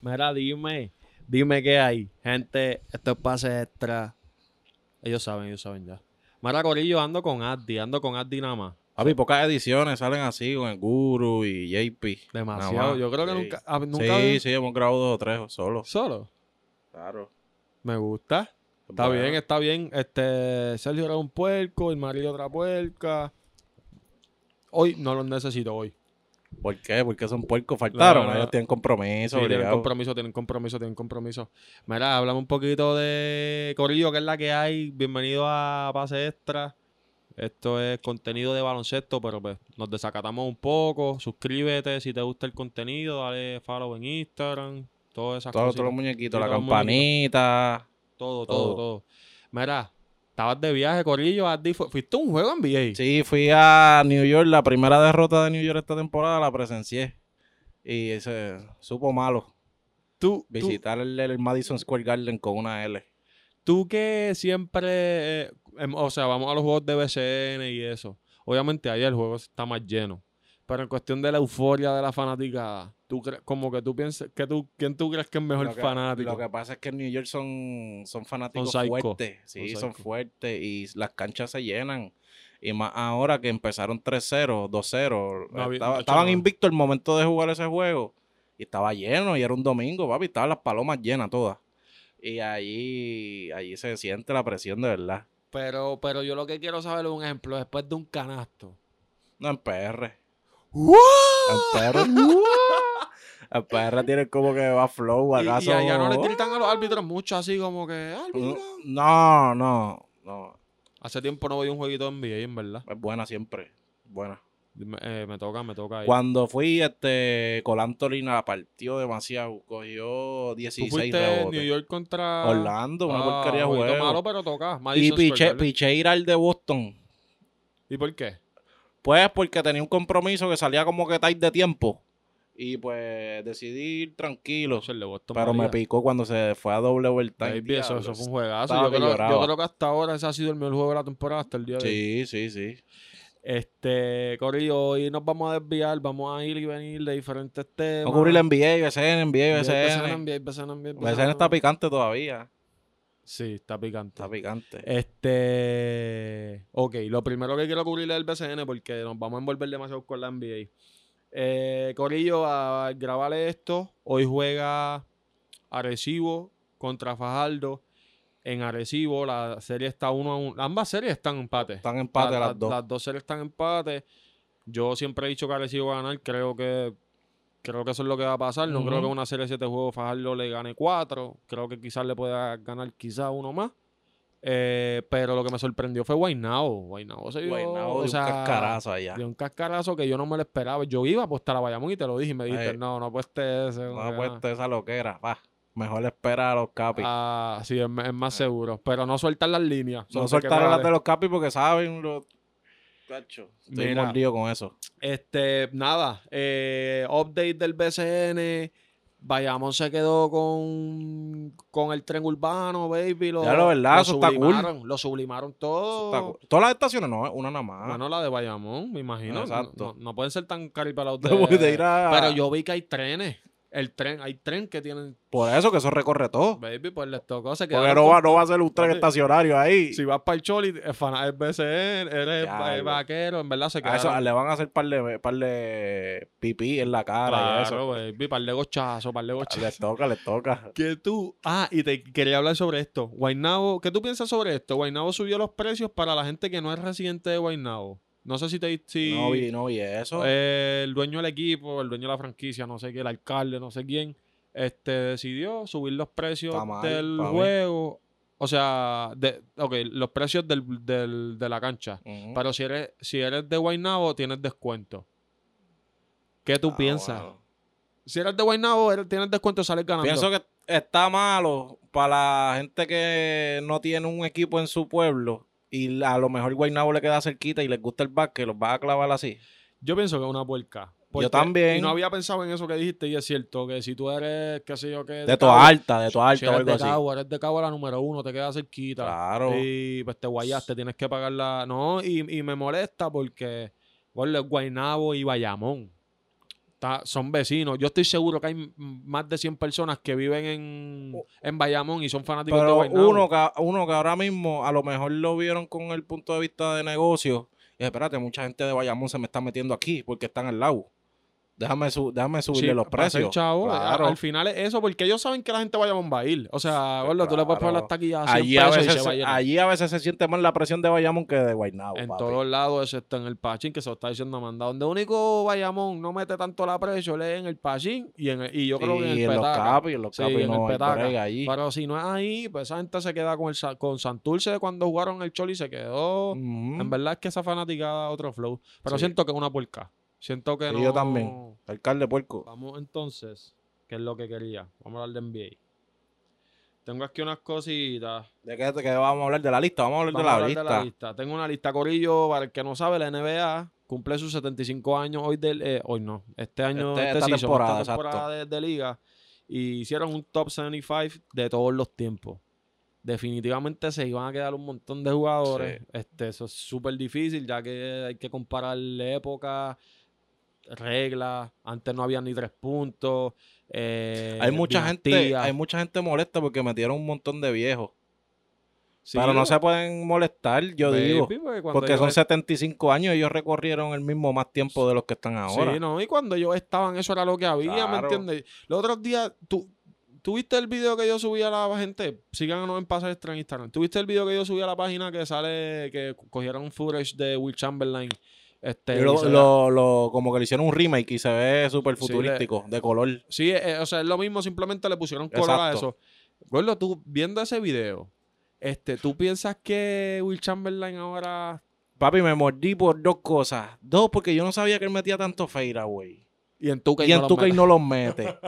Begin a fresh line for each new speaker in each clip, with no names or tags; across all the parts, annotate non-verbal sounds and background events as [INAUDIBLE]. Mira, dime, dime qué hay. Gente, estos pases extra. Ellos saben, ellos saben ya. Mira, Corillo, ando con Addi, ando con Addi nada más.
Papi, pocas ediciones salen así con el Guru y JP. Nada
Demasiado.
más.
Yo creo que
Sí.
nunca, ah, nunca
Sí, sí, hemos grabado dos o tres solos.
solo.
Claro.
Me gusta. Está bien, está bien. Este, Sergio era un puerco, el marido otra puerca. Hoy no los necesito hoy.
¿Por qué? Porque son puercos, faltaron.
No, no, no.
Ellos tienen compromiso,
Sí, tienen
obligado.
compromiso, tienen compromiso, tienen compromiso. Mira, háblame un poquito de Corillo, que es la que hay. Bienvenido a Pase Extra. Esto es contenido de baloncesto, pero pues nos desacatamos un poco. Suscríbete si te gusta el contenido, dale follow en Instagram, todas esas
Todos,
cosas.
todos los muñequitos,
Sí,
la
todos los muñequitos.
campanita.
Todo, todo,
todo.
todo. Mira, estabas de viaje, Corillo, has difo- fuiste a un juego en NBA.
Sí, fui a New York, la primera derrota de New York esta temporada la presencié. Y ese supo malo.
Tú, tú,
Visitar el, el Madison Square Garden con una L.
Tú que siempre, eh, em, o sea, vamos a los juegos de BCN y eso. Obviamente ahí el juego está más lleno. Pero en cuestión de la euforia de la fanaticada, tú crees, como que tú piensas, que tú, ¿quién tú crees que es mejor
Lo que-
fanático?
Lo que pasa es que en New York son, son fanáticos
Son psycho.
fuertes. Sí,
Son
son,
psycho.
fuertes y las canchas se llenan. Y más ahora que empezaron 3-0, 2-0.
No había-
Estaba-
no,
estaban
chaval.
invictos el momento de jugar ese juego. Y estaba lleno y era un domingo, papi. Estaban las palomas llenas todas. Y allí, allí se siente la presión de verdad.
Pero, pero yo lo que quiero saber es un ejemplo, después de un canasto.
No, en PR. En
[LAUGHS]
PR. [LAUGHS] en PR tienen como que va flow,
Y, y
acaso. Mm,
allá no le gritan a los árbitros mucho así como que, árbitro.
Uh. No, no, no.
Hace tiempo no voy a un jueguito de NBA, en verdad.
Es buena siempre. Buena.
Me, eh, me toca, me toca. ahí.
Cuando fui, este, Colantoli la partió demasiado. Cogió
Tú
16
fuiste New
rebotes.
York contra...
Orlando, una
Ah,
porquería de
jueguito
juego.
malo, pero toca.
y
Madison Square
piché,
Garden.
piché ir al de Boston.
¿Y por qué?
Pues porque tenía un compromiso que salía como que tight de tiempo. Y pues decidí ir tranquilo.
Eso es el de Boston
Pero me
María.
picó cuando se fue a doble vuelta.
Baby, eso, eso fue un juegazo.
Estaba
Yo
que
creo,
lloraba.
yo creo que hasta ahora ese ha sido el mejor juego de la temporada hasta el día de hoy.
Sí, sí, sí.
Este, Corillo, hoy nos vamos a desviar, vamos a ir y venir de diferentes temas.
Vamos a cubrir la NBA, BCN, NBA,
BCN,
BCN.
NBA, BCN, BCN.
BCN está picante todavía.
Sí, está picante.
Está
Eh,
picante.
Este. Ok, lo primero que quiero cubrir es el BCN porque nos vamos a envolver demasiado con la NBA. Eh, Corillo, a grabar esto, hoy juega Arecibo contra Fajardo. En Arecibo, la serie está uno a uno. Ambas series están en empate.
Están empate
La- la-
las dos.
Las dos series están en empate. Yo siempre he dicho que Arecibo va a ganar. Creo que creo que eso es lo que va a pasar. No creo
Ujú.
que una serie de siete juegos Fajardo le gane cuatro. Creo que quizás le pueda ganar quizás uno más. Eh, pero lo que me sorprendió fue Guaynabo. Guaynabo se dio,
Guaynabo
o
dio
sea,
un cascarazo allá.
dio un cascarazo que yo no me lo esperaba. Yo iba a apostar a Bayamón y te lo dije y me dijiste,
Ey.
no, no apuestes ese. como
Eh, No
que, ah.
apuesta esa loquera, va. Mejor espera a los capis.
Ah, sí, es, es más seguro. Pero no sueltan las líneas.
no
Son-
soltaron las
que-
de los capis porque saben los... Cacho, estoy
Mira.
mordido con eso.
Este, nada, eh, update del BCN. Bayamón se quedó con, con el tren urbano, baby. Lo,
Ya, la verdad, eso está cool.
sublimaron, Lo sublimaron todo.
Está cu- Todas las estaciones no, una nada más. [LAUGHS]
Bueno, la de Bayamón, me imagino.
Exacto.
No, no pueden ser tan caripelados de,
Debo de ir a-
Pero yo vi que hay trenes. El tren, hay tren que tienen.
Por eso que eso recorre todo.
Baby, pues les tocó. Se
Porque
quedaron
no
con-
va, no va a ser un tren
Papi,
estacionario ahí.
Si vas para el Choli, es fan- es BCN, eres
Ya,
va-
güey.
vaquero. En verdad se
A
quedaron.
eso ah, le van a hacer par de, par de pipí en la cara y
claro,
eso.
baby, par de gochazos, par de gochazos.
Les toca, les toca.
Que tú. Ah, y te quería hablar sobre esto. Guainabo, ¿qué tú piensas sobre esto? Guainabo subió los precios para la gente que no es residente de Guainabo. No sé si te si,
No vi, no vi eso.
eh, el dueño del equipo, el dueño de la franquicia, no sé qué, el alcalde, no sé quién, este decidió subir los precios
Está mal,
del
pa' mí.
juego. O sea, de, ok, los precios del- del- de la cancha.
Ujú.
Pero si eres, si eres de Guainabo, tienes descuento. ¿Qué tú
Ah,
piensas?
bueno.
Si eres de Guainabo, eres- tienes descuento, sales ganando.
Pienso que está malo para la gente que no tiene un equipo en su pueblo y a lo mejor Guaynabo le queda cerquita y les gusta el básquet, los va a clavar así.
Yo pienso que es una puerca. Porque-
también.
Y no había pensado en eso que dijiste, y es cierto, que si tú eres, qué sé yo, qué.
De toda alta, de toda alta
si
o
eres
algo
de
así.
Cagua, eres de Cagua la número uno, te queda cerquita.
Claro.
Y pues te guayaste, tienes que pagar la. No, y, y me molesta porque, bueno, es Guaynabo y Bayamón. está- son vecinos. Yo estoy seguro que hay m- más de 100 personas que viven en, en Bayamón y son fanáticos de
Oh. Pero
Guaynabo.
uno que, uno que ahora mismo a lo mejor lo vieron con el punto de vista de negocio. Y dice, espérate, mucha gente de Bayamón se me está metiendo aquí porque están al lado. Déjame, su- déjame subirle
Sí,
los
para hacer
precios.
chavo, a-
Claro.
al final es eso, porque ellos saben que la gente de Bayamón va a ir. O sea,
Sí,
gordo, tú le puedes poner
claro.
las taquillas a 100
Allí a,
pesos y
veces
se va a
se,
llenar.
allí a veces se siente más la presión de Bayamón que de Guaynabo.
En
papi.
todos lados, excepto en el Pachín, que se lo está diciendo Amanda. Donde único Bayamón no mete tanto la presión es en el Pachín y, en el- y yo creo que en
y
el
en los
Petaca.
capis, en los
Sí,
capis
en
no
el
hay
Petaca.
brega allí.
Pero si no es ahí, pues esa gente se queda con, el, Sa- con Santurce cuando jugaron el Choli se quedó.
Ujú.
En verdad es que esa fanaticada otro flow. Pero
Sí.
siento que es una porca. Siento que
Sí,
no.
yo también. Alcalde puerco.
Vamos entonces, que es lo que quería. Vamos a hablar de NBA. Tengo aquí unas cositas.
¿De qué, de qué vamos a hablar? ¿De la lista? Vamos a hablar,
Vamos
de,
a
la
hablar
lista.
de la lista. Tengo una lista Corillo, para el que no sabe, la NBA cumple sus 75 años hoy del eh, hoy no, este año
Este-
este
esta
season,
temporada,
esta temporada de, de liga y hicieron un top 75 de todos los tiempos. Definitivamente se iban a quedar un montón de jugadores. Este, eso es súper difícil ya que hay que comparar época, reglas, antes no había ni tres puntos. eh,
Hay mucha gente,
dinastías.
hay mucha gente molesta porque metieron un montón de viejos.
Sí,
pero no se pueden molestar, yo
baby,
digo.
porque cuando
Porque
yo
son
era-
75 años, ellos recorrieron el mismo más tiempo de los que están ahora.
Sí, no, y cuando ellos estaban, eso era lo que había, ¿me
Claro.
entiendes? Los otros días, tú, ¿tú viste el video que yo subí a la gente? Síganos en Pasa Extra en Instagram. ¿Tú viste el video que yo subí a la página que sale, que cogieron footage de Will Chamberlain? Este,
Y
y
lo-
se la-
lo- lo- como que le hicieron un remake y se ve súper
Sí, le-
futurístico, de color.
Sí, eh, o sea, es lo mismo, simplemente le pusieron color a eso.
Exacto.
Gordo, tú viendo ese video, este, ¿tú piensas que Will Chamberlain ahora...
Papi, me mordí por dos cosas. Dos, porque yo no sabía que él metía tanto feira, güey.
Y en tu
Y en tu no los mete.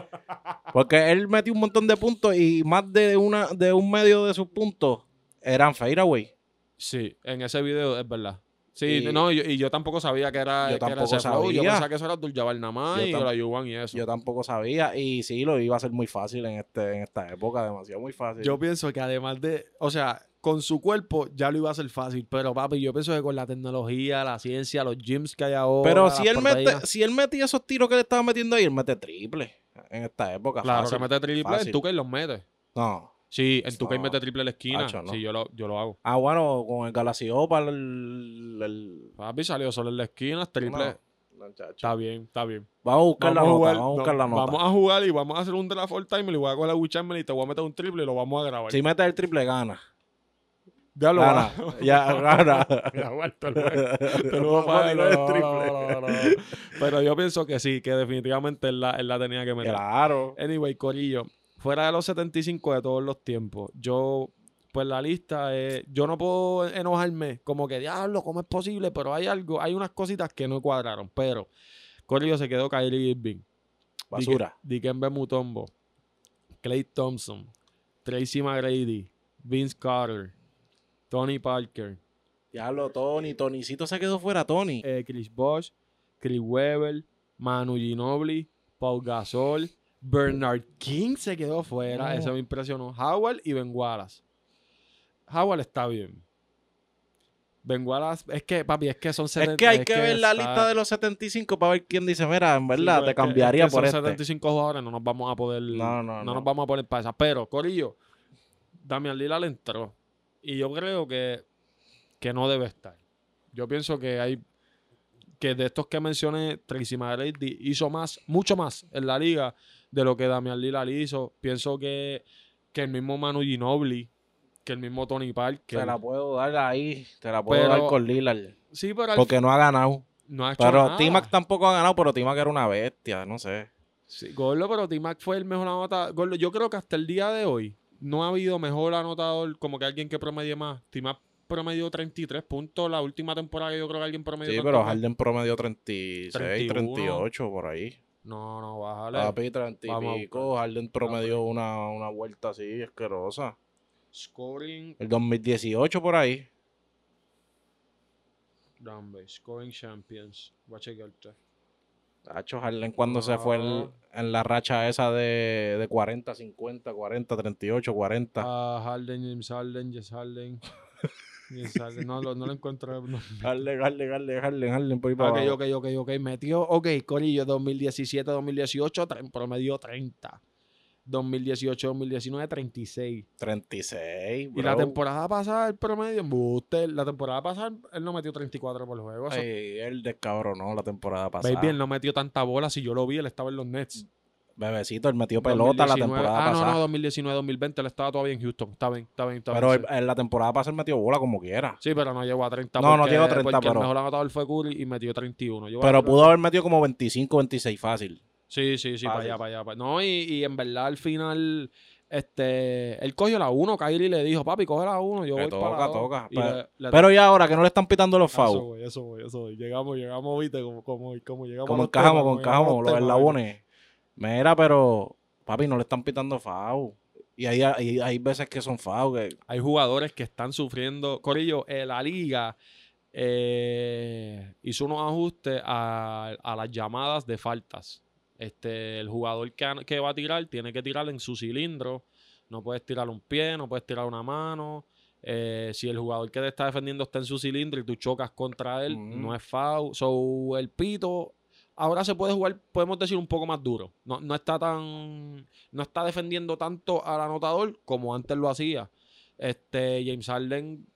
Porque él metió un montón de puntos y más de, una, de un medio de sus puntos eran feira, güey.
Sí, en ese video es verdad. Sí,
Y-
no, y yo, y yo tampoco sabía que era,
Yo
que era
tampoco
ese flow. Yo
sabía.
pensaba que eso era Duljabar nada más
Yo
y
tam-
la Yuan y eso.
Yo tampoco sabía y sí, lo iba a ser muy fácil en, este, en esta época, demasiado muy fácil.
Yo pienso que además de, o sea, con su cuerpo ya lo iba a hacer fácil, pero papi, yo pienso que con la tecnología, la ciencia, los gyms que hay ahora.
Pero
las
si él,
pantallas-
mete, si él metía esos tiros que le estaba metiendo ahí, él mete triple en esta época.
Claro,
fácil.
que mete triple, en
fácil.
tu que los mete.
No.
Sí, en tu que
No.
mete triple en la esquina.
Hacho, no.
Sí, yo lo, yo lo hago.
Ah, bueno, con el Galasiopa, el... el-
Papi salió solo en la esquina, triple.
no, no, chacho.
Está bien, está bien.
Vamos a buscar la
a
nota,
jugar-
vamos a buscar
no,
la nota.
vamos a jugar y vamos a hacer un draft all time y le voy a coger a Will Chamberlain y te voy a meter un triple y lo vamos a grabar.
Si mete el triple, gana.
Ya lo
Gana.
va-
ya, gana.
[LAUGHS] Ya, Walter, pues,
[LAUGHS]
te lo voy a pagar,
Vale,
no,
el
no, no, no, no. [LAUGHS] Pero yo pienso que sí, que definitivamente él la, él la tenía que meter.
Claro.
Anyway, Corillo, fuera de los 75 de todos los tiempos, yo, pues la lista es, yo no puedo enojarme, como que diablo, ¿cómo es posible? Pero hay algo, hay unas cositas que no cuadraron, pero Corillo se quedó Kyrie Irving,
Basura.
Dike- Dikembe Mutombo, Clay Thompson, Tracy McGrady, Vince Carter, Tony Parker,
Diablo, Tony. Tonicito se quedó fuera, Tony.
eh, Chris Bosh, Chris Webber, Manu Ginobili, Pau Gasol, Bernard King se quedó fuera.
No.
Eso me impresionó. Howard y Ben Wallace. Howard está bien. Ben Wallace, es que, papi, es que son 70.
es que hay que, ver la
está-
lista de los 75 para ver quién dice, mira, en
Sí,
verdad,
pero
te
es que- es
cambiaría
que
por
son
este.
75 jugadores, no nos vamos a poder.
No, no, no.
nos vamos a poner para esa. Pero, Corillo, Damian Lillard entró. Y yo creo que, que no debe estar. Yo pienso que hay. Que de estos que mencioné, Tracy McGrady hizo más, mucho más en la liga de lo que Damian Lillard hizo. Pienso que, que el mismo Manu Ginobili, que el mismo Tony Parker.
Te la puedo dar ahí. Te la puedo
Pero-
dar con Lillard.
Sí, pero al-
Porque no ha ganado.
no ha hecho
Pero
nada.
T-Mac tampoco ha ganado, pero T-Mac era una bestia, no sé.
Sí, Gordo, pero T-Mac fue el mejor anotador. Gordo, yo creo que hasta el día de hoy no ha habido mejor anotador como que alguien que promedie más. T-Mac promedió 33 puntos la última temporada que yo creo que alguien promedió.
Sí,
tanto
pero
más.
Harden promedio 36,
31.
38 por ahí.
No, no, bájale.
Papi, 30 y
Vamos a
pico. Harden promedió una, una vuelta así asquerosa.
Scoring,
El 2018 por ahí.
Rambe, Scoring Champions. Voy a chequearte.
Hacho Harden cuando se fue el- en la racha esa de, de 40, 50, 40, 38, 40. [LAUGHS]
Ah, Harden, James Harden, Jess Harden. Ni sale, No, lo- no lo encuentro. no.
Harlen, Harlen, Harlen, Harlen, Harlen por ahí para
Ok,
abajo.
ok, ok, ok. Metió, ok, Corillo, 2017-2018, tre- promedio 30. 2018-2019, 36.
36,
Y la
bro.
temporada pasada, el promedio, embuste, la temporada pasada él no metió 34 por juego. eso-
Ay, él descabronó la temporada pasada.
Baby, él no metió tanta bola. Si yo lo vi, él estaba en los Nets.
Bebecito, él metió pelota
2019.
la temporada
ah,
pasada.
no, no, 2019-2020, él estaba todavía en Houston. Está bien, está bien, está bien.
pero
sí.
él- él la temporada pasada él metió bola como quiera.
Sí, pero no llegó a 30.
No, no
porque-
llegó a 30,
Porque el
pero-
mejor anotador fue Curry y metió 31. Yo-
Pero pudo haber metido como 25, 26 fácil.
Sí, sí, sí, para
Fácil.
allá, para allá. pa' allá. No, y, y en verdad al final, este, él cogió la 1, Kyrie le dijo, papi, coge la 1, yo
Le
voy para
toca,
la dos".
toca.
Y
Pero-
le- le-
Pero y ahora que no le están pitando los
Eso
fouls.
voy, eso voy, eso voy. Llegamos, llegamos, viste, como, como, como llegamos. a
Como
los
encajamos,
temas, llegamos
como
a
encajamos los
temas,
eslabones. Mira, pero papi, no le están pitando foul. Y hay, hay, hay veces que son foul. Que...
hay jugadores que están sufriendo. Corillo, eh, la liga eh, hizo unos ajustes a, a las llamadas de faltas. Este, el jugador que, an- que va a tirar tiene que tirar en su cilindro. No puedes tirar un pie, no puedes tirar una mano. Eh, si el jugador que te está defendiendo está en su cilindro y tú chocas contra él,
Ujú.
no es foul. So, el pito ahora se puede jugar, podemos decir, un poco más duro. No, no está tan. No está defendiendo tanto al anotador como antes lo hacía. Este, James Harden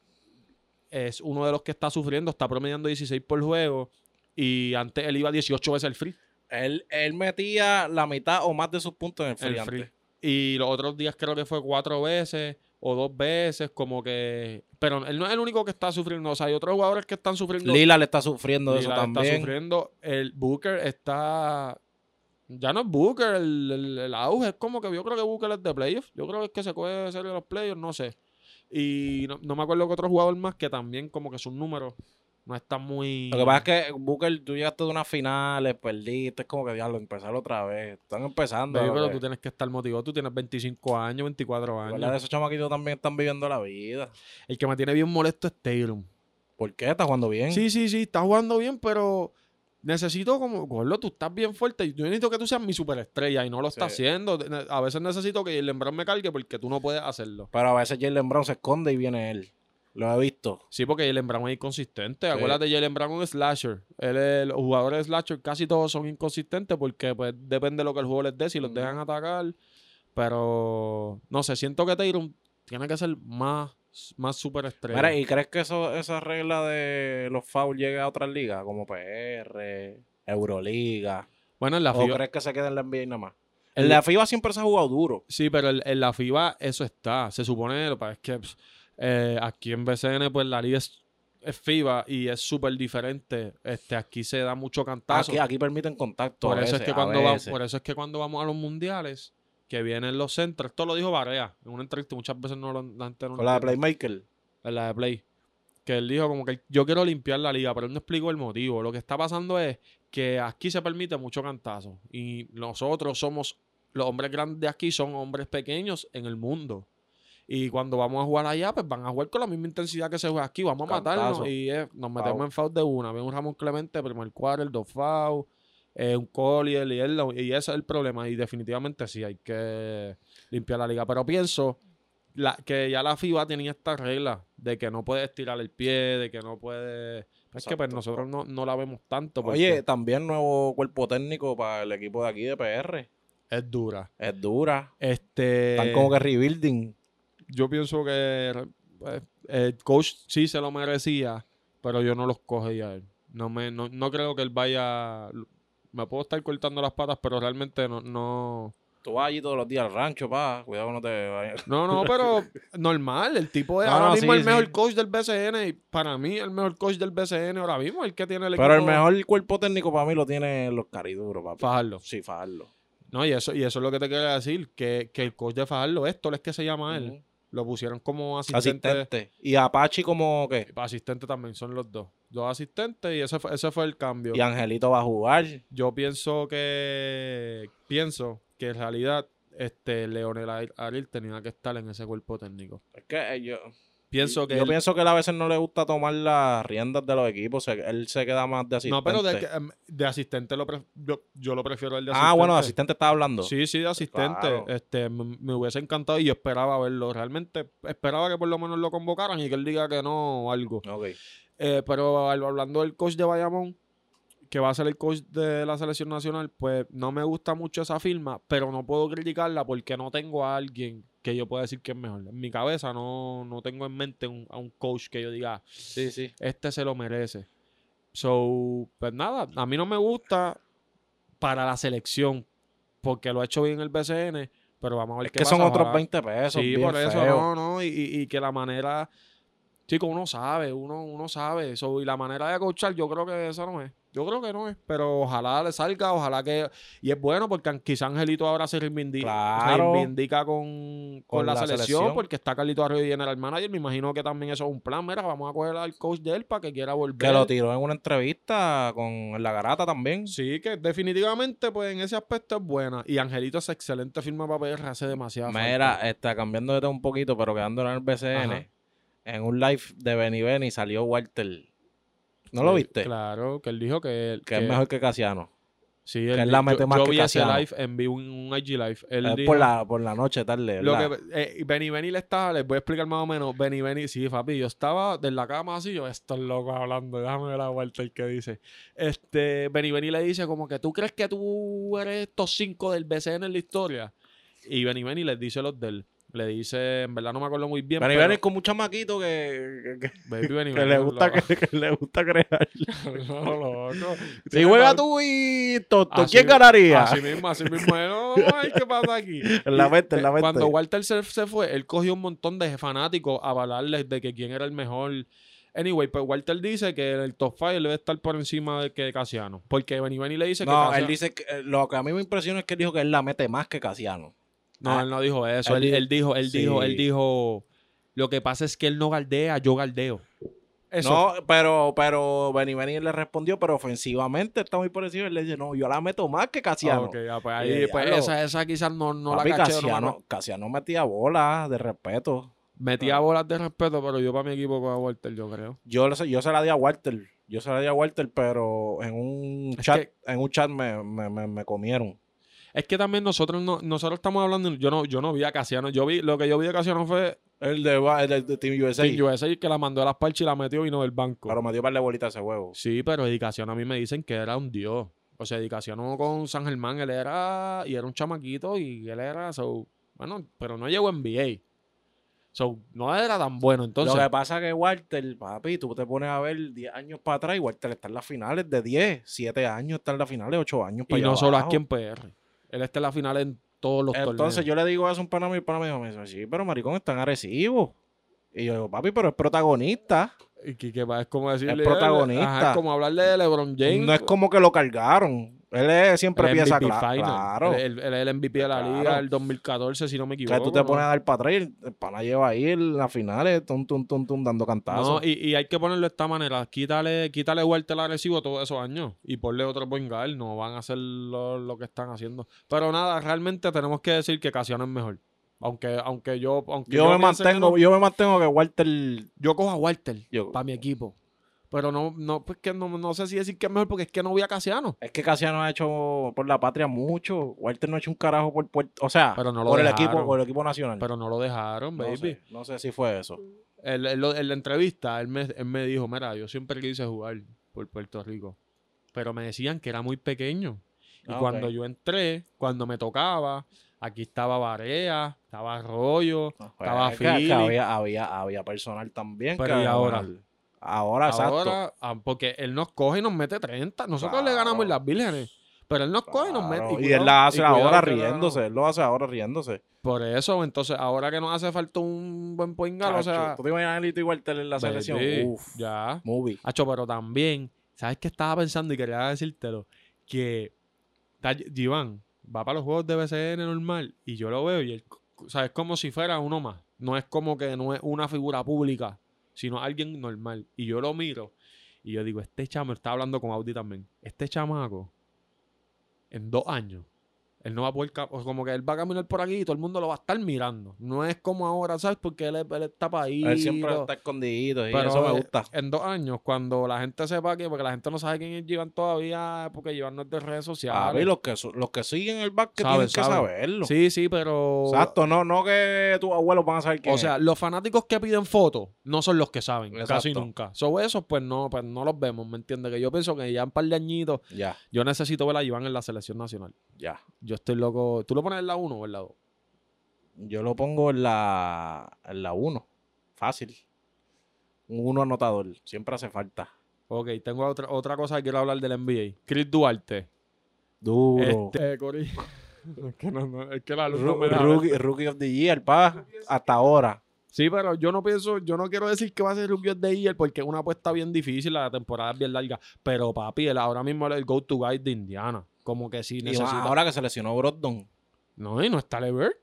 es uno de los que está sufriendo, está promediando 16 por juego. Y antes él iba 18 veces el free.
Él, él metía la mitad o más de sus puntos en el free.
El
antes.
free. Y los otros días creo que fue cuatro veces o dos veces, como que. Pero él no es el único que está sufriendo. O sea, hay otros jugadores que están sufriendo.
Lila le está sufriendo de eso
Lillard
también.
está sufriendo. El Booker está. Ya no es Booker, el, el- el auge es como que yo creo que Booker es de playoffs. Yo creo que es que se puede ser de los playoffs, no sé. Y no, no me acuerdo que otro jugador más que también como que sus números no están muy.
Lo que pasa es que Booker, tú llegaste de unas finales, perdiste, es como que diablo, empezar otra vez. Están empezando.
Baby,
¿vale?
pero tú tienes que estar motivado. Tú tienes 25 años, 24 años.
¿Verdad? Esos chamaquitos también están viviendo la vida.
El que me tiene bien molesto es Taylor.
¿Por qué? ¿Estás jugando bien?
Sí, sí, sí, está jugando bien, pero necesito como, Gordo, tú estás bien fuerte. Yo necesito que tú seas mi superestrella y no lo
Sí.
está haciendo. Ne- A veces necesito que el Lembrón me cargue porque tú no puedes hacerlo.
Pero a veces Jalen Brown se esconde y viene él. Lo he visto.
Sí, porque Jalen Brown es inconsistente.
Sí.
Acuérdate, Jalen Brown es un slasher. Él es- los jugadores de slasher casi todos son inconsistentes porque pues, depende de lo que el juego les dé, si los
Ujú.
dejan atacar. Pero, no sé, siento que Tatum tiene que ser más, más superestrella.
Mira, ¿y crees que eso, esa regla de los fouls llegue a otras ligas? Como PR, Euroliga.
bueno, en la
¿O
FIBA...
crees que se queda en la NBA y nada más?
en
En
la-
la FIBA siempre se ha jugado duro.
Sí, pero el- en la FIBA eso está. Se supone, lo que pasa es que pues, eh, aquí en BCN, pues la liga es, es FIBA y es súper diferente. Este, aquí se da mucho cantazo.
Aquí, aquí permiten contacto.
por,
a
eso es
veces,
que
a
cuando va-
veces.
por eso es que cuando vamos a los mundiales, que vienen los centros, esto lo dijo Barea en una entrevista, muchas veces no lo, la gente no
Con la de
entiende.
Playmaker.
En la de Play. Que él dijo como que él- yo quiero limpiar la liga, pero él no explicó el motivo. Lo que está pasando es que aquí se permite mucho cantazo. Y nosotros somos, los hombres grandes de aquí son hombres pequeños en el mundo. Y cuando vamos a jugar allá, pues van a jugar con la misma intensidad que se juega aquí. Vamos a
Cantazo.
matarnos. Y eh, nos metemos
Foul.
en foul de una. Ven un Ramón Clemente, primer cuadro, dos foul, eh, un Collier. Y, él lo- y ese es el problema. Y definitivamente sí, hay que limpiar la liga. Pero pienso la- que ya la FIBA tenía esta regla de que no puedes tirar el pie, de que no puedes... Es que pues
Exacto.
nosotros no, no la vemos tanto porque
Oye, también nuevo cuerpo técnico para el equipo de aquí de PR.
es dura.
Es dura.
Este,
Están como que rebuilding.
Yo pienso que eh, el coach sí se lo merecía, pero yo no los coge a él. No, me, no, no creo que él vaya... Me puedo estar cortando las patas, pero realmente no... No,
Tú vas allí todos los días al rancho, pa. Cuidado que no te
[LAUGHS]
vayas.
no,
[LAUGHS]
no, pero normal. El tipo es
No,
ahora
no,
mismo
sí,
el
sí.
mejor coach del BCN y para mí el mejor coach del BCN ahora mismo, el que tiene el
Pero el
equipo-
mejor cuerpo técnico para mí lo tienen los cariduros, papi.
Fajardo.
Sí, Fajardo.
No, y eso, y eso es lo que te quería decir, que, que el coach de Fajardo, esto es que se llama él,
Ujú.
lo pusieron como asistente. Asistente.
Asistente. Y Apache como que.
Asistente también, son los dos. Dos asistentes y ese fue, ese fue el cambio.
Y Angelito va a jugar.
Yo pienso que, pienso que en realidad este Leonel Ar- Ariel tenía que estar en ese cuerpo técnico.
Es que eh, yo,
Pienso que.
Yo
él-
pienso que él a veces no le gusta tomar las riendas de los equipos. se- él se queda más de asistente.
no, pero de, que, em, de asistente lo pref- yo, yo lo prefiero el de asistente.
Ah, bueno, de asistente estaba hablando.
Sí, sí, de asistente.
Claro.
Este, m- me hubiese encantado y yo esperaba verlo. Realmente esperaba que por lo menos lo convocaran y que él diga que no o algo.
Ok.
Eh, pero al- hablando del coach de Bayamón, que va a ser el coach de la selección nacional, pues no me gusta mucho esa firma, pero no puedo criticarla porque no tengo a alguien que yo pueda decir que es mejor. En mi cabeza no, no tengo en mente un- a un coach que yo diga,
Sí, sí.
este se lo merece. So, pues nada, a mí no me gusta para la selección, porque lo ha hecho bien el BCN, pero vamos a ver
Es
qué
que son
pasa,
otros
ojalá.
20 pesos.
Sí,
bien
por eso,
feo.
no, no, y, y- y que la manera, chico, uno sabe, uno, uno sabe eso, y la manera de coachar, yo creo que esa no es, yo creo que no es, pero ojalá le salga, ojalá que, y es bueno porque an- quizá Angelito ahora se reivindica,
Claro.
reivindica con, con
Con
la,
la
selección,
selección.
porque está Carlito Arroyo y General Manager, me imagino que también eso es un plan, mira, vamos a coger al coach de él para que quiera volver.
Que lo tiró en una entrevista con la garata también.
Sí, que definitivamente, pues en ese aspecto es buena. Y Angelito es excelente firma para PR, hace demasiado.
Mira, está cambiando de tema un poquito, pero quedando en el BCN.
Ajá.
En un live de Benny Benny salió Walter. ¿No lo viste?
Claro, que él dijo que, él-
Que es
que-
mejor que Casiano.
Sí, él
él
di-
la mete
yo,
más
yo
que
vi ese
Casiano.
live, en vi un, un IG live. Él
Es
dijo-
Eh, por la, por la noche tarde.
lo
¿verdad?
que eh, Benny Benny le estaba, les voy a explicar más o menos. Benny Benny, sí, papi, yo estaba de la cama así, yo, estos locos hablando, déjame ver a Walter que dice. Este, Benny Benny le dice como que tú crees que tú eres estos cinco del BCN en la historia. Y Benny Benny les dice los del. Le dice, en verdad no me acuerdo muy bien.
Benny
pero-
Benny es con un chamaquito que, que- que-
Baby Benny
que
Benny
le
es un
gusta,
loco.
que, que le gusta crear.
[LAUGHS] No, loco.
Si
Tiene
juega
todo-
tú y Toto,
Así-
¿quién ganaría?
Así mismo, así mismo. No, ay, ¿qué pasa aquí?
[LAUGHS]
eh,
En la mente, en la mente.
Cuando Walter se, se fue, él cogió un montón de fanáticos a hablarles de que quién era el mejor. Anyway, pues Walter dice que el top 5 debe estar por encima de que Casiano. Porque Benny Benny le dice que
no,
Casiano-
él dice que eh, lo que a mí me impresiona es que él dijo que él la mete más que Casiano.
No, él no dijo eso.
ah, él
Él,
di-
él dijo, él
sí.
dijo, él dijo. Lo que pasa es que él no galdea, yo galdeo. Eso.
No, pero, pero Benny Benny le respondió, pero ofensivamente está muy por encima. Él le dice, no, yo la meto más que Casiano.
Ok, ya, pues
Eh,
ahí, pues
diablo.
esa, esa quizás no, no
Papi,
la caché. no me
Casiano,
acuerdo.
Casiano metía bolas de respeto.
Metía
Ah.
bolas de respeto, pero yo para mi equipo con Walter, yo creo.
Yo, le- yo se la di a Walter. Yo se la di a Walter, pero en un
Es
chat,
que-
en un chat me, me- me- me comieron.
Es que también nosotros no, nosotros estamos hablando, yo no, yo no vi a Casiano, yo vi, lo que yo vi de Casiano fue
El de, el de- de Team USA.
Team USA que la mandó a las parches y la metió y no del banco.
Pero me dio par de bolitas ese huevo.
Sí, pero dedicación a mí me dicen que era un dios. O sea, dedicación con San Germán, él era, y era un chamaquito y él era, so, bueno, pero no llegó en NBA. So, no era tan bueno, entonces.
lo que pasa es que Walter, papi, tú te pones a ver 10 años para atrás y Walter está en las finales de 10, 7 años está en las finales, 8 años para
y
allá
no solo
abajo.
aquí en PR. Él está en la final en todos los
Entonces
torneos.
yo le digo eso a un pana mío y el pana me dijo, me dice, sí, pero maricón están agresivos. Y yo digo, papi, pero es protagonista.
Y que, que va- es como decirle.
Es protagonista.
ajá, es como hablarle de LeBron James.
No es como que lo cargaron. Él es siempre
pues. El
pieza
MVP
cla-
final.
Claro.
Él él es el MVP de la
Claro.
liga del 2014, si no me equivoco.
que tú te
¿no?
pones a dar para atrás y el- el pana lleva ahí en las finales, tum, tum, tum, tum, dando
No,
cantazos.
y, y hay que ponerlo de esta manera. Quítale, quítale vuelta al agresivo todos esos años y ponle otro point guard. No van a hacer lo, lo que están haciendo. Pero nada, realmente tenemos que decir que Casiano es mejor. Aunque, aunque yo... Aunque
yo, me
piense que
mantengo,
no,
yo me mantengo que Walter...
yo cojo a Walter
yo-
para mi equipo. Pero no, no, pues que no, no sé si decir que es mejor porque es que no voy a Casiano.
Es que Casiano ha hecho por la patria mucho. Walter no ha hecho un carajo por Puerto, o sea,
Pero no lo
por el
dejaron.
equipo, por el equipo nacional.
Pero no lo dejaron,
no,
baby.
sé, no sé si fue eso.
El- el- lo- en la entrevista, él me, él me dijo, mira, yo siempre quise jugar por Puerto Rico, pero me decían que era muy pequeño. Y
Ah, ok.
cuando yo entré, cuando me tocaba, aquí estaba Barea, estaba Arroyo, estaba
Pues, que- que
Philly.
había, había, había personal también.
Pero, ¿y
que-
ahora?
Ahora, exacto.
Ahora, ah, porque él nos coge y nos mete 30. Nosotros le
Claro.
ganamos en las vírgenes, pero él nos coge y nos mete.
Claro, Y,
cuidado-
él la hace
y cuidado
ahora
que le ganamos.
riéndose. Él lo hace ahora riéndose.
Por eso, entonces, ahora que nos hace falta un buen poingal, o
Chacho,
sea,
¿Tú te imaginas a Lito y Walter en la selección?
baby,
Uf.
ya.
Movie.
Hacho, pero también, ¿sabes qué estaba pensando y quería decírtelo? Que ta- Iván va para los juegos de BCN normal y yo lo veo y él, o sea, es como si fuera uno más. No es como que no es una figura pública, sino alguien normal. Y yo lo miro y yo digo, este chamo, estaba hablando con Audi también, este chamaco en dos años Él no va a poder, ca- o como que él va a caminar por aquí y todo el mundo lo va a estar mirando. No es como ahora, ¿sabes? Porque él, él está para ahí.
Él siempre está escondido y
Pero,
eso me
eh,
gusta.
En dos años, cuando la gente sepa que, porque la gente no sabe quién es Givan todavía, porque Givan no es de
Ah,
redes
A
sociales.
mí los que, su- los que siguen el básquet
Saben,
tienen que
saben.
saberlo.
Sí, sí, pero.
Exacto, no, no que tus abuelos van a saber quién
O sea, los fanáticos que piden fotos no son los que saben, casi
Exacto.
nunca. Sobre esos, pues no, pues no los vemos, ¿me entiendes? Que yo pienso que ya un par de añitos,
es. Ya,
yo necesito ver a Iván en la selección nacional.
ya.
Yo estoy loco. ¿Tú lo pones en la 1 o en la 2?
Yo lo pongo en la, en la 1. Fácil. Un 1 anotador. Siempre hace falta.
Ok, tengo otra, otra cosa que quiero hablar del NBA. Chris Duarte.
Duro.
Este, eh, Cori- [LAUGHS] es, que no- no, es que la luz no me
Ru-
da.
Rookie, rookie of the Year, pa. Hasta ahora.
Sí, pero yo no pienso, yo no quiero decir que va a ser Rookie of the Year porque es una apuesta bien difícil, la temporada es bien larga. Pero papi, él ahora mismo es el go-to guy de Indiana. Como que si
Y más
necesita.
ahora que se lesionó Brogdon.
No, y no está LeBert.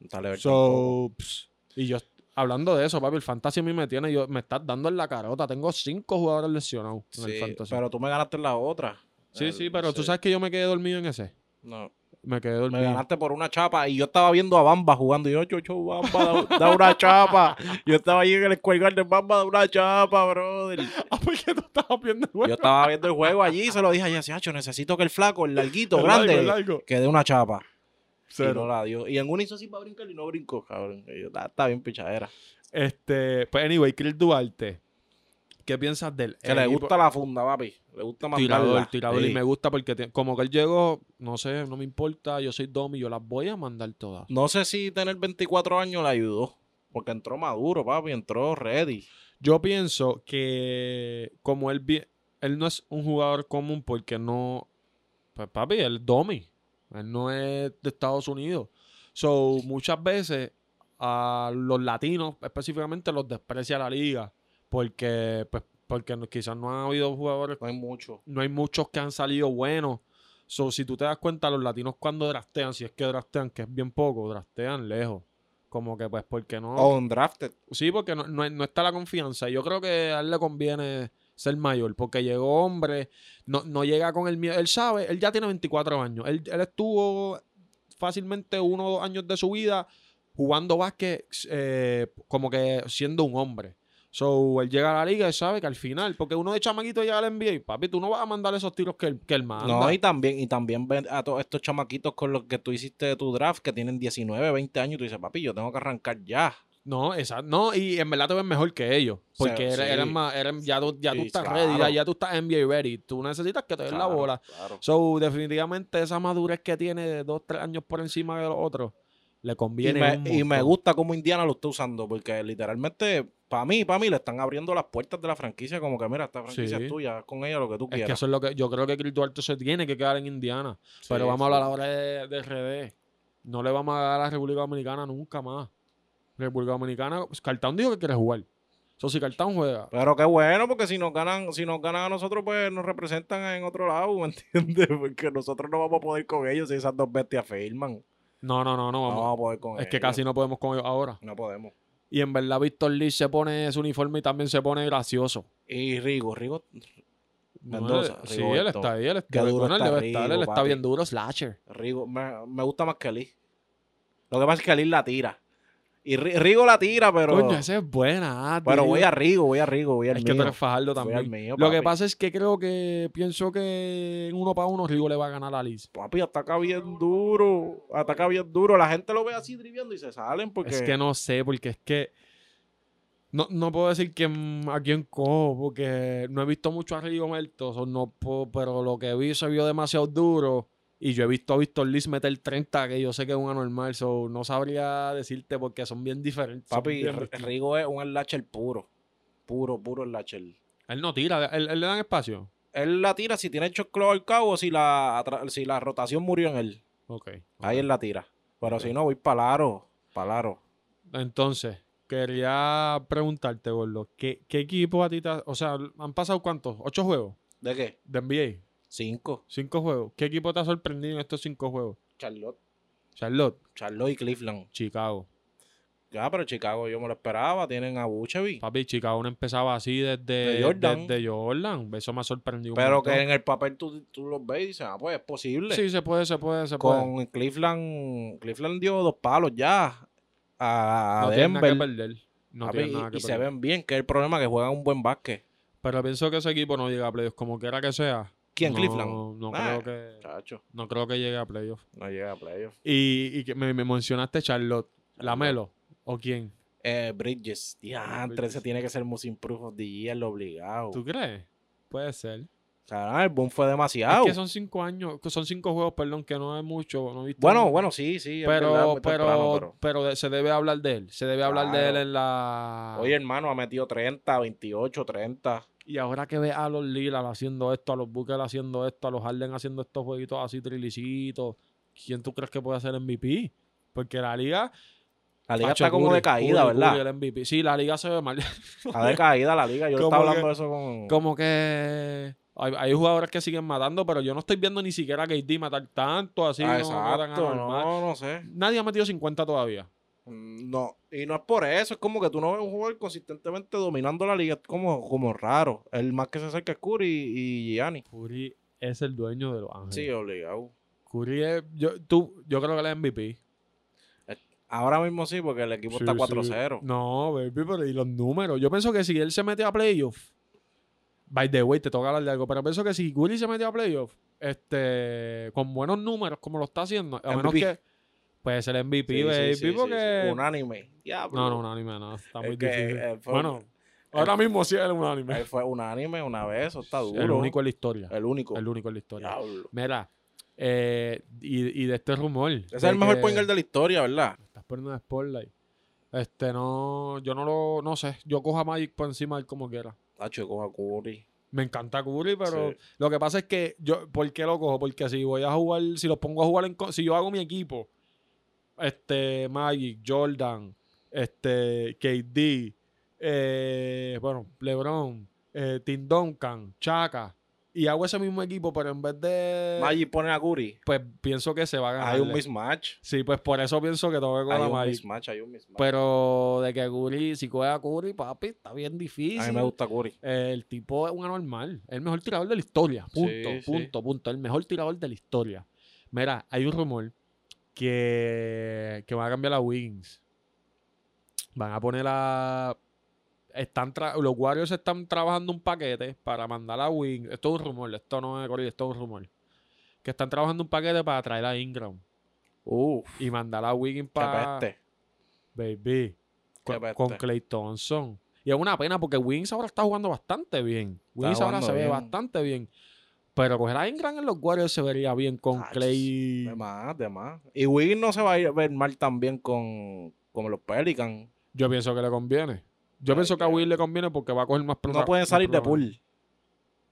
Dale, Bert, tampoco.
So, ps, y yo hablando de eso, papi, el fantasy a mí me tiene, yo, me estás dando en la carota. Tengo cinco jugadores lesionados en el
Sí,
fantasy.
pero tú me ganaste en la otra.
sí,
El-
sí, pero tú sabes que yo me quedé dormido en ese.
No,
Me quedé
me
dormido.
ganaste por una chapa y yo estaba viendo a Bamba jugando. Y yo, chocho, Bamba, da, da una
[LAUGHS]
chapa. Yo estaba ahí en el Square Garden, Bamba, da una chapa, brother.
[LAUGHS] Ah, porque tú estabas viendo el
Yo estaba viendo el juego allí y se lo dije a Jesse, "Acho, necesito que el flaco, el larguito,
El
grande,
largo, el largo".
que dé una chapa. Y no
Cero.
la dio. Y en una hizo así para brincar y no brincó, cabrón. Y yo, "Ah, está bien pichadera.
Este, pues anyway, Chris Duarte. ¿Qué piensas del
Que le
equipo?
gusta la funda, papi. Le gusta más
tirador, tirador y me gusta porque te- como que él llegó, no sé, no me importa, yo soy Domi, yo las voy a mandar todas.
No sé si tener 24 años le ayudó. Porque entró maduro, papi. Entró ready.
Yo pienso que como él vi- él no es un jugador común porque no pues papi, él es Domi. Él no es de Estados Unidos. So, muchas veces a los latinos específicamente los desprecia la liga porque pues porque no- quizás no ha habido jugadores
No hay mucho.
no hay muchos que han salido buenos. So, si tú te das cuenta, los latinos cuando draftean, si es que draftean, que es bien poco, draftean lejos. Como que, pues, porque no?
O un drafted.
Sí, porque no, no- no está la confianza. Yo creo que a él le conviene ser mayor, porque llegó hombre, no, no llega con el miedo. Él sabe, él ya tiene 24 años. Él, él estuvo fácilmente uno o dos años de su vida jugando básquet eh, como que siendo un hombre. So, él llega a la liga y sabe que al final, porque uno de chamaquito llega al NBA, papi, tú no vas a mandar esos tiros que él, que él manda.
No, y también, y también ven a todos estos chamaquitos con los que tú hiciste tu draft que tienen 19, 20 años y tú dices, papi, yo tengo que arrancar ya.
No, exacto. No, y en verdad te ves mejor que ellos.
O sea,
Porque eres-
sí.
eres más, eres- ya tú, ya tú
Sí,
estás
claro.
ready, ya, ya tú estás NBA ready. Tú necesitas que te den la
Claro,
bola.
claro.
So, definitivamente esa madurez que tiene de dos, tres años por encima de los otros, le
Y
conviene. un
me, y me
montón.
gusta cómo Indiana lo está usando, porque literalmente, para mí, para mí, le están abriendo las puertas de la franquicia, como que mira, esta franquicia
Sí.
es tuya, haz con ella lo que tú
Es que
quieras.
eso es lo que yo creo que Chris Duarte se tiene que quedar en Indiana.
Sí,
pero vamos
sí.
a hablar ahora de, de RD. No le vamos a dar a la República Dominicana nunca más. República Dominicana, Cartán dijo que quiere jugar. So, si Cartán juega,
Pero qué bueno, porque si nos ganan, si nos ganan a nosotros, pues nos representan en otro lado, ¿me [LAUGHS] entiendes? Porque nosotros no vamos a poder con ellos si esas dos bestias firman.
no, no, no, no
No pues,
vamos.
vamos a poder con
es que
ellos.
casi no podemos con ellos ahora.
No podemos.
Y en verdad Víctor Lee se pone su uniforme y también se pone gracioso.
Y Rigo, Rigo,
No,
Mendoza,
él- sí, él
Rigoberto.
está ahí, él
Qué
está,
duro
con él
está
debe estar, él
Rigo,
está
papi.
bien duro, slasher.
Rigo, me, me gusta más que Lee. Lo que pasa es que Lee la tira. Y Ri- Rigo la tira, pero.
Coño, esa es buena. ah,
pero
tío.
voy a Rigo, voy a Rigo, voy al
Es que tú
mío.
eres Fajardo
Voy al
también.
mío,
Lo
papi.
que pasa es que creo que pienso que en uno para uno Rigo le va a ganar a Liz.
Papi, ataca bien duro. Ataca bien duro. La gente lo ve así driviando y se salen porque.
Es que no sé, porque es que. No, no puedo decir quién, a quién cojo, porque no he visto mucho a Rigo Merto, o no puedo- pero lo que vi se vio demasiado duro. Y yo he visto a Víctor Liz meter 30, que yo sé que es un anormal, so no sabría decirte porque son bien diferentes. son
Papi,
bien
R-
distintos.
Rigo es un slasher puro. Puro, puro slasher.
él no tira, él, él le dan espacio.
Él la tira si tiene el choclo al cabo o si la, atra- si la rotación murió en él.
Ok.
Ahí él la tira. Pero si no, voy palaro. Palaro.
Entonces, quería preguntarte, Gordo, ¿qué, qué equipo a ti te ha- O sea, ¿han pasado cuántos? ¿Ocho juegos
¿De qué?
de NBA?
Cinco.
¿Cinco juegos? ¿Qué equipo te ha sorprendido en estos cinco juegos?
Charlotte.
Charlotte,
Charlotte y Cleveland.
Chicago.
Ya, pero Chicago yo me lo esperaba. Tienen a Buchevic.
Papi, Chicago no empezaba así desde
De Jordan.
Desde Jordan. Eso me ha sorprendido. un
Pero
montón.
que en el papel tú, tú los ves y dices, ah, pues es posible.
Sí, se puede, se puede, se puede.
Con Cleveland, Cleveland dio dos palos ya a, a
No tienen nada
Denver.
que perder. No
papi,
tienen
y-
nada que
y se
perder.
ven bien, que es el problema que juegan un buen básquet.
Pero pienso que ese equipo no llega a playoffs, como quiera que sea.
¿Quién,
no,
Cleveland? Ah.
No,
Nah.
creo que,
Chacho,
no creo que llegue a playoffs.
no llega a playoff.
Y, y que me, me mencionaste Charlotte. ¿Lamelo? ¿O quién?
Eh, Bridges, diantre, ese
Bridges.
tiene que ser Most Improved de lo obligado.
¿Tú crees? Puede ser.
Caramba, el boom fue
Es
demasiado.
que son cinco años, que son cinco juegos, perdón, que no es mucho. No he visto
Bueno,
mucho.
bueno, sí, sí. es
Pero,
verdad, muy
pero,
temprano, pero-
pero de- se debe hablar de él. Se debe hablar de él
Claro.
en la.
Oye, hermano, ha metido 30, 28, 30.
Y ahora que ve a los Lilas haciendo esto, a los Booker haciendo esto, a los Harden haciendo estos jueguitos así trilicitos, ¿quién tú crees que puede hacer MVP? Porque la liga.
La liga
Hacho,
está como
Curry,
decaída,
Curry,
¿verdad?
Curry, el MVP. Sí, la liga se ve mal.
Está decaída la liga.
[LAUGHS]
Yo
Como
estaba
que-
hablando de eso
[LAUGHS]
con.
Como que. Hay, hay jugadores que siguen matando, pero yo no estoy viendo ni siquiera a KD matar tanto así.
Ah,
no, tan
exacto,
anormal.
no, no sé.
Nadie ha metido 50 todavía.
Mm, No, y no es por eso, es como que tú no ves un jugador consistentemente dominando la liga, es como, como raro. El más que se acerca es Curry y, y Gianni.
Curry es el dueño de los Ángeles.
Sí, obligado.
Curry es. Yo, tú, yo creo que él es MVP.
Ahora mismo sí, porque el equipo
Sí,
está
sí.
4-0.
No, baby, pero y los números. Yo pienso que si él se mete a playoff, by the way, te toca hablar de algo, pero pienso que si Curry se mete a playoff, este, con buenos números, como lo está haciendo, a menos
MVP.
que puede ser MVP,
Sí, sí,
baby,
sí, sí,
porque.
sí. Unánime. Diablo.
No, no, unánime, no. Está
Es
muy
que,
difícil.
eh, fue-
bueno, ahora mismo sí es unánime.
Él fue unánime una vez, eso está duro.
El único en la historia.
El único.
El único en la historia.
Diablo.
Mira, eh, y, y de este rumor.
Ese es el mejor point guard de la historia, ¿verdad?
estás poniendo de spotlight. Este, no, yo no lo, no sé. Yo cojo a Magic por encima de él como quiera.
Tacho, yo cojo a Curry.
Me encanta Curry, pero
Sí.
lo que pasa es que yo, ¿por qué lo cojo? Porque si voy a jugar, si los pongo a jugar, en, co- si yo hago mi equipo, este, Magic, Jordan, este, KD, eh, bueno, LeBron, eh, Tim Duncan, Chaka, y hago ese mismo equipo, pero en vez de...
Magic pone a Curry.
Pues pienso que se va a ganar.
Hay un mismatch.
Sí, pues por eso pienso que tengo que coger
Hay
a
un
Magic.
mismatch, hay un mismatch.
Pero de que Curry, si coge a Curry, papi, está bien difícil.
a mí me gusta Curry.
El tipo es un anormal. El mejor tirador de la historia. Punto,
Sí, sí.
punto, punto. El mejor tirador de la historia. Mira, hay un rumor que, que van a cambiar a Wiggins. Van a poner a. Están tra- los Warriors están trabajando un paquete para mandar a Wiggins. Esto es un rumor, esto no es corrido, esto es un rumor. Que están trabajando un paquete para traer a Ingram
Uf,
y mandar a Wiggins
qué
para.
peste.
Baby. Con,
peste.
con Clay Thompson. Y es una pena porque Wings ahora está jugando bastante bien. Wings ahora
jugando
se ve
bien.
bastante bien. Pero coger a Ingram en los Warriors se vería bien con
Ah,
Clay.
De más, de más. Y Wiggins no se va a ir a ver mal también con, con los Pelicans.
Yo pienso que le conviene. Yo
Ay,
pienso que a
qué-
Wiggins le conviene porque va a coger más
No,
prota-
pueden
más
salir de
protagonismo.
pool.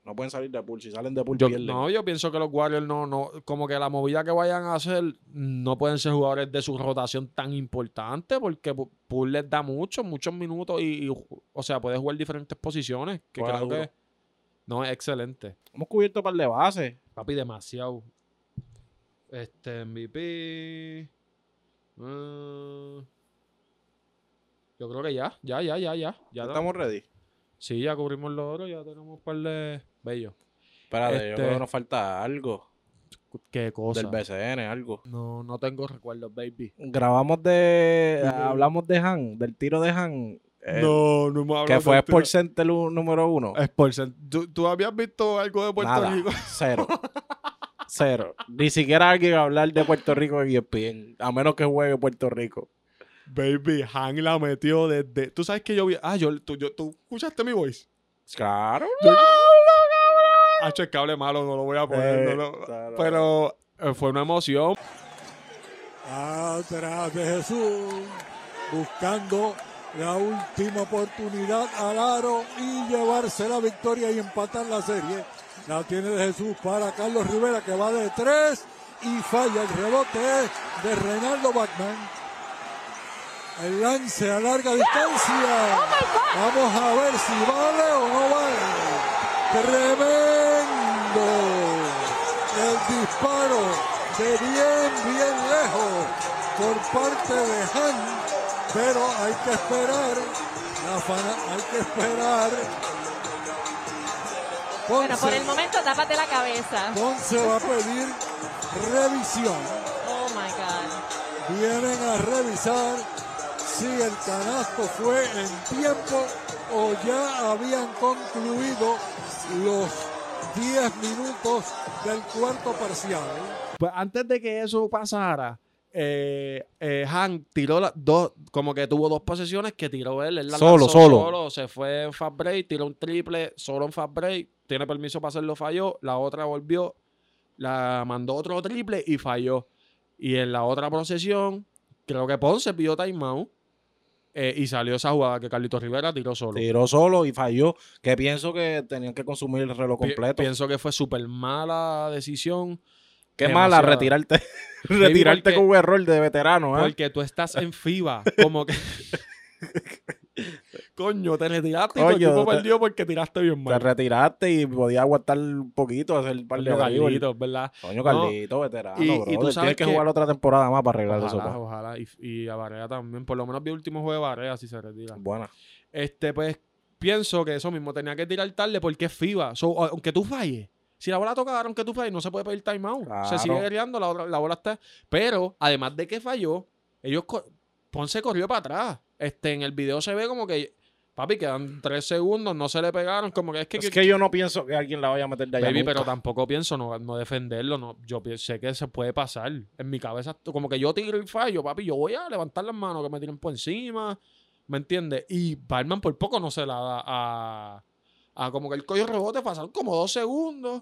No pueden salir de pool. Si salen de pool,
Yo-
pierden.
no, yo pienso que los Warriors no, no, como que la movida que vayan a hacer, no pueden ser jugadores de su rotación tan importante porque Pu- Poole les da muchos, muchos minutos y, y, o sea, puede jugar diferentes posiciones. Que
Juega
creo
duro.
que no es excelente.
Hemos cubierto un par de bases.
Papi, demasiado. Este MVP. mm, yo creo que ya, ya, ya, ya, ya. ya
Ya
no-
estamos ready.
Sí, ya cubrimos los oro, ya tenemos un par de. Bello.
Espérate, yo
Este-
creo que nos falta algo.
Qué cosa.
Del BCN, algo.
No, no tengo recuerdos, baby.
Grabamos de.
Sí.
Hablamos de Han, del tiro de Han. eh,
no, no me hables.
Que fue
del tiro.
Sport Center lu- número uno.
Sport Center. ¿Tú, tú habías visto algo de Puerto
Nada,
Rico? [LAUGHS]
cero. Cero. Ni siquiera alguien va a hablar de Puerto Rico en E ESPN. A menos que juegue Puerto Rico.
Baby, Han la metió desde. Tú sabes que yo vi. Ah, yo, tú, yo, tú escuchaste mi voice.
Claro.
Yo- Hacho, el cable malo, no lo voy a poner. no
Eh,
lo-
claro.
Pero eh, fue una emoción.
Atrás de Jesús, uh, buscando la última oportunidad al aro y llevarse la victoria y empatar la serie. La tiene de Jesús para Carlos Rivera que va de tres y falla. El rebote es de Renaldo Batman. El lance a larga distancia.
Oh
Vamos a ver si vale o no vale. Tremendo. El disparo de bien, bien lejos por parte de Han Pero hay que esperar. la fana- hay que esperar.
Bueno, por
Ponce-
el momento tápate la cabeza.
Ponce va a pedir revisión.
Oh my God.
vienen a revisar si el canasto fue en tiempo o ya habían concluido los 10 minutos del cuarto parcial.
Pues antes de que eso pasara, eh, eh, Hank tiró las dos, como que tuvo dos posesiones que tiró él. él la
Solo,
lanzó
solo.
Se fue en fast break, tiró un triple, solo en fast break. Tiene permiso para hacerlo, falló. La otra volvió, la mandó otro triple y falló. Y en la otra posesión, creo que Ponce pidió timeout eh, y salió esa jugada que Carlitos Rivera tiró solo.
Tiró solo y falló. Que pienso que tenían que consumir el reloj
Pi-
completo.
Pienso que fue súper mala decisión.
Qué mala
demasiado.
retirarte.
Maybe
[LAUGHS] retirarte
porque-
con un error de veterano, ¿eh?
Porque tú estás en FIBA. Como que. [LAUGHS] Coño, te retiraste y tu
Coño,
equipo
te-
perdió porque tiraste bien
Te
mal.
retiraste y podías aguantar un poquito, hacer un par de
Coño,
dribles.
Carlitos, ¿verdad?
Coño,
No.
Carlito, veterano,
Y- y
y,
tú
Tienes
sabes
que
que-
jugar otra temporada más para arreglar eso.
Ojalá,
pa.
ojalá. Y, y a Barea también. Por lo menos vi el último juego de Barea si se retira.
Buena.
Este, pues, pienso que eso mismo. Tenía que tirar tarde porque es FIBA. So, aunque tú falles. Si la bola toca, aunque tú falles, no se puede pedir timeout. Se
Claro.
sigue guerreando, la, otra- la bola está. Pero, además de que falló, ellos co- Ponce corrió para atrás. Este, en el video se ve como que. Papi, quedan tres segundos, no se le pegaron. Como que es que.
Es que yo no pienso que alguien la vaya a meter de allá.
Baby,
nunca.
pero tampoco pienso no, no defenderlo. No. Yo pi- sé que se puede pasar. En mi cabeza, t- como que yo tiro el fallo, papi, yo voy a levantar las manos que me tiren por encima. ¿Me entiendes? Y Batman por poco no se la da a. a como que el coño rebote pasaron como dos segundos.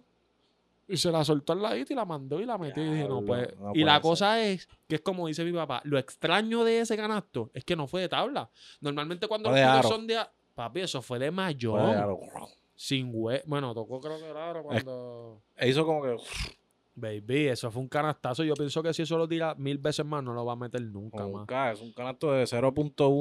Y se la soltó al ladito y la mandó y la metió. y dije, no,
Diablo,
pues.
no
y
puede
la
ser.
cosa es que es como dice mi papá: lo extraño de ese canasto es que no fue de tabla. Normalmente cuando
Fue de
los tiros
aro.
son de. a- Papi, eso fue de mayor.
Pues, claro.
Sin hue... Bueno, tocó creo que era ahora cuando...
E hizo como que.
Baby, eso fue un canastazo. Yo pienso que si eso lo tira mil veces más, no lo va a meter nunca
como
más.
ca- es un canasto de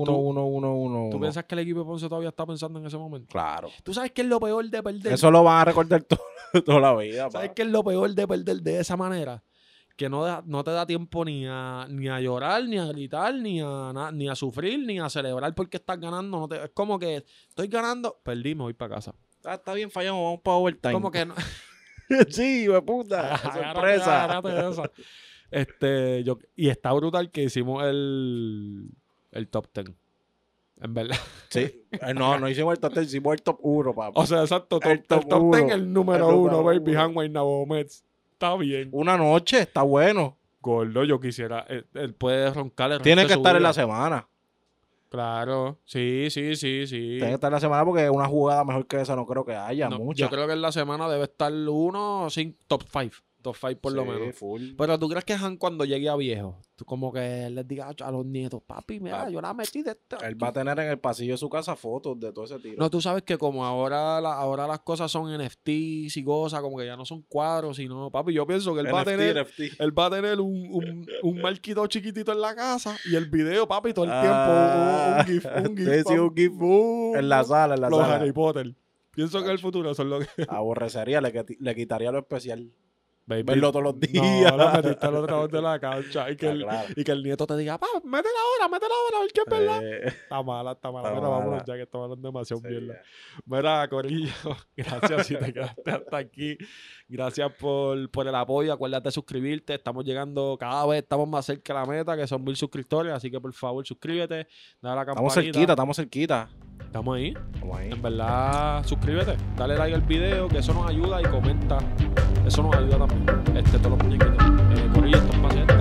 0.11111.
¿Tú piensas que el equipo de Ponce todavía está pensando en ese momento?
Claro.
¿Tú sabes qué es lo peor de perder?
Eso lo van a recordar to- [LAUGHS] toda la vida.
¿Sabes
pa.
qué es lo peor de perder de esa manera? Que no, da- no te da tiempo ni a, ni a llorar, ni a gritar, ni a, na- ni a sufrir, ni a celebrar porque estás ganando. No te- es como que estoy ganando, perdí, me voy para casa.
Está, está bien fallado, vamos para overtime.
Como que Ah, no,
[LAUGHS] sí, hijo de [LAUGHS] puta.
Agárrate,
sorpresa.
agárrate de esa. Este, yo, y está brutal que hicimos el, el top 10. En verdad. [LAUGHS]
Sí. Eh, No, no hicimos el top 10, hicimos el top 1, papá.
O sea, exacto. Top,
El
el top,
top uno.
10, el número
El número
1, baby.
uno.
Hanway Nabomets. Está bien.
Una noche, está bueno.
Gordo, yo quisiera. Él, él puede roncar el
Tiene
resto
que
de su
estar en
vida.
la semana.
Claro. Sí, sí, sí, sí.
Tiene que estar en la semana porque una jugada mejor que esa no creo que haya.
No,
mucha.
yo creo que en la semana debe estar uno, sin top 5. Top 5 por lo
Sí,
menos. Pues,
full.
Pero tú crees que Han cuando llegue a viejo, tú como que les diga a los nietos, papi, mira,
Papi.
yo la metí de este esta.
Ah, Él va a tener en el pasillo de su casa fotos de todo ese tiro.
No, tú sabes que como ahora, la- ahora las cosas son NFTs y cosas, como que ya no son cuadros, sino, papi, yo pienso que él va a
NFT,
tener,
NFT.
él va a tener un, un, un marquito chiquitito en la casa y el video, papi, todo el
Ah,
tiempo, un- un, gif, un
[LAUGHS] sí,
gif,
sí, un
papi.
gif.
Uh,
En la sala, en la
los
sala.
Harry Potter. Pienso que el futuro son los que...
Aborrecería, le, quiti- le quitaría lo especial.
Baby,
Verlo todos los días.
[LAUGHS] no, la metiste al
[LAUGHS]
otro lado de la cancha y que,
Ah,
el,
claro.
y que el nieto te diga, papá, métela ahora, métela ahora, a ver qué es verdad.
Eh,
Está mala, está mala.
Está
Mira, vámonos
mala.
ya que estamos hablando demasiado
sí,
mierda. Mira, Corillo, [LAUGHS] gracias si te quedaste hasta aquí. Gracias por, por el apoyo. Acuérdate de suscribirte. Estamos llegando cada vez, estamos más cerca de la meta, que son mil suscriptores. Así que por favor, suscríbete. Dale a la campanita.
Estamos cerquita, estamos cerquita.
Estamos ahí.
Estamos ahí.
En verdad, suscríbete. Dale like al video, que eso nos ayuda y comenta. Eso nos ayuda también. Este, todos los muñequitos. Eh, Corillo, estos pasetes.